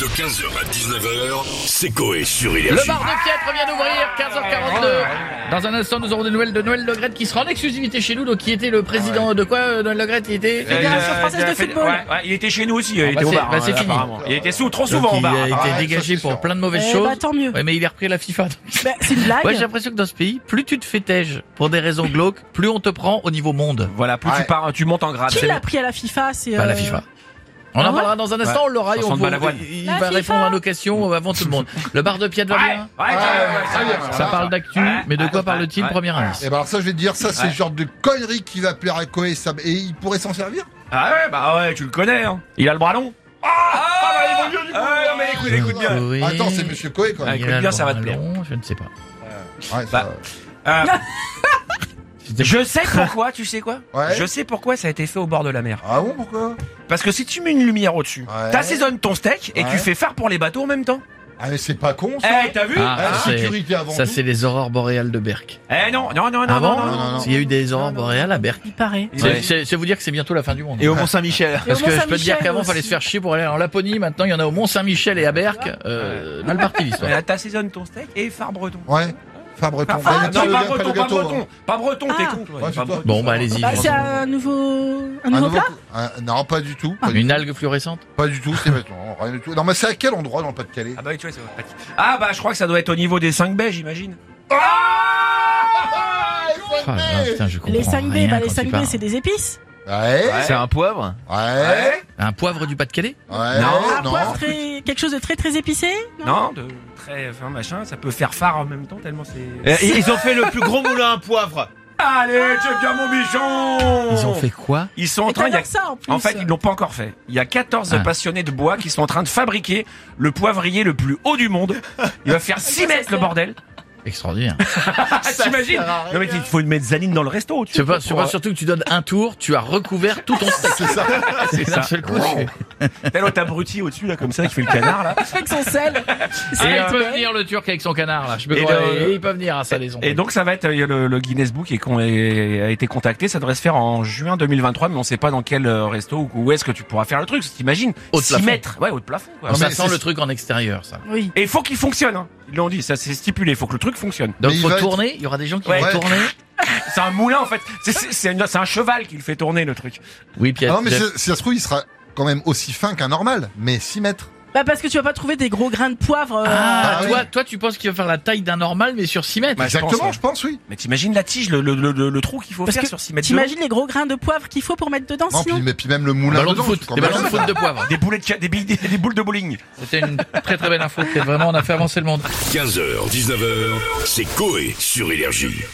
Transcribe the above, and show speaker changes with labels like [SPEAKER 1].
[SPEAKER 1] De 15h à 19h, c'est Coé sur Énergie.
[SPEAKER 2] Le bar de Pietre vient d'ouvrir, 15h42. Dans un instant, nous aurons des nouvelles de Noël Legrette qui sera en exclusivité chez nous. Donc, qui était le président de quoi, euh, Noël Legrette Il était
[SPEAKER 3] Fédération française de football.
[SPEAKER 4] Ouais, ouais, il était chez nous aussi, il
[SPEAKER 2] bah,
[SPEAKER 4] était au
[SPEAKER 2] c'est-
[SPEAKER 4] bar.
[SPEAKER 2] bah, c'est
[SPEAKER 4] hein,
[SPEAKER 2] fini.
[SPEAKER 4] apparemment. Il était sous, trop
[SPEAKER 2] Donc,
[SPEAKER 4] souvent au
[SPEAKER 2] il
[SPEAKER 4] bar.
[SPEAKER 2] a été
[SPEAKER 4] apparemment.
[SPEAKER 2] dégagé pour plein de mauvaises
[SPEAKER 3] Eh
[SPEAKER 2] choses.
[SPEAKER 3] bah, tant mieux.
[SPEAKER 2] Ouais, mais il a repris la FIFA.
[SPEAKER 3] Bah, c'est une blague.
[SPEAKER 2] Ouais, j'ai l'impression que dans ce pays, plus tu te fais tège pour des raisons glauques, plus on te prend au niveau monde.
[SPEAKER 4] Voilà, plus tu pars, tu montes en grade.
[SPEAKER 3] Qui
[SPEAKER 4] c'est
[SPEAKER 3] l'a pris à la FIFA C'est
[SPEAKER 2] Bah, la
[SPEAKER 3] euh,
[SPEAKER 2] FIFA. On en
[SPEAKER 3] ouais
[SPEAKER 2] parlera dans un instant,
[SPEAKER 4] Ah Ouais.
[SPEAKER 2] on l'aura et
[SPEAKER 4] Chanson
[SPEAKER 2] on
[SPEAKER 4] de
[SPEAKER 2] vous-
[SPEAKER 4] Balavoine.
[SPEAKER 2] il
[SPEAKER 3] La
[SPEAKER 2] va
[SPEAKER 3] FIFA.
[SPEAKER 2] répondre à nos questions euh, avant tout le monde. Le bar de Piette va
[SPEAKER 4] Ouais,
[SPEAKER 2] bien
[SPEAKER 4] ouais, ouais, ouais, ça va,
[SPEAKER 2] Ça
[SPEAKER 4] va.
[SPEAKER 2] parle d'actu,
[SPEAKER 4] Ouais.
[SPEAKER 2] mais de quoi parle-t-il
[SPEAKER 4] Ouais.
[SPEAKER 2] Premier indice.
[SPEAKER 5] Et ben alors ça je vais te dire ça c'est
[SPEAKER 4] Ouais.
[SPEAKER 5] le genre de connerie qui va plaire à Koé ça- et il pourrait s'en servir
[SPEAKER 4] Ah ouais, bah ouais, tu le connais. hein. Il a le bras long. Ah, bah, il vaut mieux, du coup. Ah, non, mais écoute, écoute bien.
[SPEAKER 2] Oui.
[SPEAKER 5] Attends c'est Monsieur Koé quand
[SPEAKER 2] Il a
[SPEAKER 5] même.
[SPEAKER 4] écoute
[SPEAKER 2] le
[SPEAKER 4] bien, ça va
[SPEAKER 2] bras
[SPEAKER 4] te plaire.
[SPEAKER 2] long, Je ne sais pas.
[SPEAKER 5] Ouais,
[SPEAKER 4] Bah,
[SPEAKER 5] ça-
[SPEAKER 4] Euh, je sais pourquoi, tu sais quoi
[SPEAKER 5] Ouais.
[SPEAKER 4] Je sais pourquoi ça a été fait au bord de la mer.
[SPEAKER 5] Ah bon pourquoi
[SPEAKER 4] Parce que si tu mets une lumière au-dessus,
[SPEAKER 5] Ouais.
[SPEAKER 4] t'assaisonnes ton steak et
[SPEAKER 5] Ouais.
[SPEAKER 4] tu fais phare pour les bateaux en même temps.
[SPEAKER 5] Ah mais c'est pas con
[SPEAKER 4] Eh,
[SPEAKER 5] ça.
[SPEAKER 4] t'as vu
[SPEAKER 5] Ah,
[SPEAKER 2] Ah,
[SPEAKER 5] la
[SPEAKER 2] c'est-
[SPEAKER 5] sécurité avant
[SPEAKER 2] Ça,
[SPEAKER 5] tout.
[SPEAKER 2] c'est les aurores boréales de Berck.
[SPEAKER 4] Eh non, non, non, non,
[SPEAKER 2] Avant,
[SPEAKER 4] non, non, non.
[SPEAKER 5] non.
[SPEAKER 2] il y a eu des aurores boréales à Berck.
[SPEAKER 3] Il paraît.
[SPEAKER 4] Il a-
[SPEAKER 2] C'est- C'est c'est vous dire que c'est bientôt la fin du monde.
[SPEAKER 6] Et au Mont-Saint-Michel.
[SPEAKER 3] Et au
[SPEAKER 2] Parce que je peux te dire
[SPEAKER 3] Mont-Saint-Michel
[SPEAKER 2] qu'avant, fallait se
[SPEAKER 3] aussi.
[SPEAKER 2] faire chier pour aller en Laponie. Maintenant, il y en a au Mont-Saint-Michel et à Berck. Euh, mal parti l'histoire.
[SPEAKER 4] Euh, T'assaisonnes ton steak et phare breton.
[SPEAKER 5] Ouais. Fabre breton.
[SPEAKER 4] Ah, ah,
[SPEAKER 5] Ouais, tiens,
[SPEAKER 4] non,
[SPEAKER 5] le
[SPEAKER 4] pas
[SPEAKER 5] gars,
[SPEAKER 4] breton, pas
[SPEAKER 5] gâteau,
[SPEAKER 4] breton,
[SPEAKER 5] hein.
[SPEAKER 4] pas breton, t'es
[SPEAKER 3] Ah.
[SPEAKER 4] con. toi.
[SPEAKER 5] Ouais, c'est
[SPEAKER 4] Pas
[SPEAKER 5] toi.
[SPEAKER 4] breton. Ah,
[SPEAKER 2] Bon, bah, allez-y.
[SPEAKER 3] Bah, c'est
[SPEAKER 2] Breton.
[SPEAKER 3] un nouveau, un
[SPEAKER 5] Un
[SPEAKER 3] nouveau
[SPEAKER 5] nouveau
[SPEAKER 3] plat.
[SPEAKER 5] cou- un- Ah, Non pas du tout. Pas, du-
[SPEAKER 2] Ah, Une algue fluorescente
[SPEAKER 5] pas du tout c'est maintenant rien du tout. Non mais c'est à quel endroit dans le Pas-de-Calais
[SPEAKER 4] Ah bah oui, tu vois, c'est vrai. Ah bah je crois que ça doit être au niveau des 5 baies, j'imagine. Ah,
[SPEAKER 5] Ah
[SPEAKER 2] Oh là là, putain, je comprends
[SPEAKER 3] Les 5B,
[SPEAKER 2] rien
[SPEAKER 3] bah, les
[SPEAKER 2] quand tu parles.
[SPEAKER 3] 5B, c'est des épices.
[SPEAKER 5] Ah, Ouais.
[SPEAKER 6] C'est un poivre
[SPEAKER 5] Ouais.
[SPEAKER 2] Un poivre du Pas-de-Calais
[SPEAKER 4] Oh,
[SPEAKER 5] Ouais.
[SPEAKER 4] Non.
[SPEAKER 3] Un
[SPEAKER 2] Ah,
[SPEAKER 3] poivre Ah, très- quelque chose de très très épicé.
[SPEAKER 4] Non, de très fin machin, ça peut faire phare en même temps tellement c'est.
[SPEAKER 6] Euh, Ils ont fait le plus gros moulin à poivre.
[SPEAKER 4] Allez, check bien mon bichon
[SPEAKER 2] Ils ont fait quoi
[SPEAKER 4] Ils sont en
[SPEAKER 3] Et
[SPEAKER 4] train. il y a-
[SPEAKER 3] t'adores ça en plus.
[SPEAKER 4] En fait, ils l'ont pas encore fait. Il y a 14
[SPEAKER 2] Ah.
[SPEAKER 4] passionnés de bois qui sont en train de fabriquer le poivrier le plus haut du monde. Il va faire 6 mètres le bordel.
[SPEAKER 2] Extraordinaire.
[SPEAKER 4] Ah, T'imagines Non mais il faut une mezzanine dans le resto. au-dessus.
[SPEAKER 2] Je sais pas, je sais pas, surtout que tu donnes un tour, tu as recouvert tout ton steak.
[SPEAKER 5] C'est ça.
[SPEAKER 2] C'est
[SPEAKER 4] ça.
[SPEAKER 2] d'un seul coup. tu-
[SPEAKER 4] Ah, Tel autre abruti au-dessus là comme ça qui fait le canard là.
[SPEAKER 3] avec son sel.
[SPEAKER 2] Ah,
[SPEAKER 3] Et,
[SPEAKER 2] il
[SPEAKER 3] euh,
[SPEAKER 2] peut venir le turc avec son canard là. Je peux
[SPEAKER 4] Et
[SPEAKER 2] croire,
[SPEAKER 4] le-
[SPEAKER 2] il peut venir à ça les
[SPEAKER 4] Et donc ça va être euh, le, le Guinness Book et qu'on est- a été contacté. Ça devrait se faire en juin 2023, mais on sait pas dans quel euh, resto ou où est-ce que tu pourras faire le truc. T'imagines
[SPEAKER 2] Haut de
[SPEAKER 4] 6
[SPEAKER 2] plafond.
[SPEAKER 4] mètres, ouais, haut de plafond. Quoi.
[SPEAKER 5] Non,
[SPEAKER 2] ça
[SPEAKER 5] mais
[SPEAKER 2] sent
[SPEAKER 5] c'est-
[SPEAKER 2] le truc en extérieur ça.
[SPEAKER 3] Oui.
[SPEAKER 4] Et il faut qu'il fonctionne. Hein. Ils l'ont dit, ça c'est stipulé. Il faut que le truc fonctionne.
[SPEAKER 2] Donc
[SPEAKER 5] Mais il
[SPEAKER 2] faut
[SPEAKER 5] va être-
[SPEAKER 2] tourner, il y aura des gens qui
[SPEAKER 5] Ouais. Ah
[SPEAKER 2] vont tourner.
[SPEAKER 4] C'est un moulin en fait. C'est- C'est c'est une- c'est un cheval qui le fait tourner le truc.
[SPEAKER 2] Oui, Pierre.
[SPEAKER 5] Ah non mais si si ça se trouve il sera quand même aussi fin qu'un normal mais 6 mètres.
[SPEAKER 3] Bah, parce que tu vas pas trouver des gros grains de poivre. euh,
[SPEAKER 2] Ah,
[SPEAKER 5] Ah,
[SPEAKER 2] toi,
[SPEAKER 5] oui.
[SPEAKER 2] toi, tu penses qu'il va faire la taille d'un normal, mais sur 6 mètres.
[SPEAKER 4] Bah, je pense, ouais.
[SPEAKER 5] Exactement je pense oui.
[SPEAKER 4] Mais t'imagines la tige, le, le, le, le- le trou qu'il faut
[SPEAKER 3] Parce
[SPEAKER 4] faire
[SPEAKER 3] que
[SPEAKER 4] sur 6 mètres. de haut.
[SPEAKER 3] T'imagines les gros grains de poivre qu'il faut pour mettre dedans
[SPEAKER 5] Non,
[SPEAKER 3] sinon
[SPEAKER 5] puis, mais puis même le moulin
[SPEAKER 2] ballon de
[SPEAKER 5] dedans,
[SPEAKER 2] foot,
[SPEAKER 5] c'est quand
[SPEAKER 2] des
[SPEAKER 5] même-
[SPEAKER 2] ballons de foot de poivre.
[SPEAKER 4] Des boulettes, de ca- des, billes- des boules de bowling.
[SPEAKER 2] C'était une très très belle info. C'était Vraiment, on a fait avancer le monde.
[SPEAKER 1] 15h, 19h, c'est Coé sur Énergie.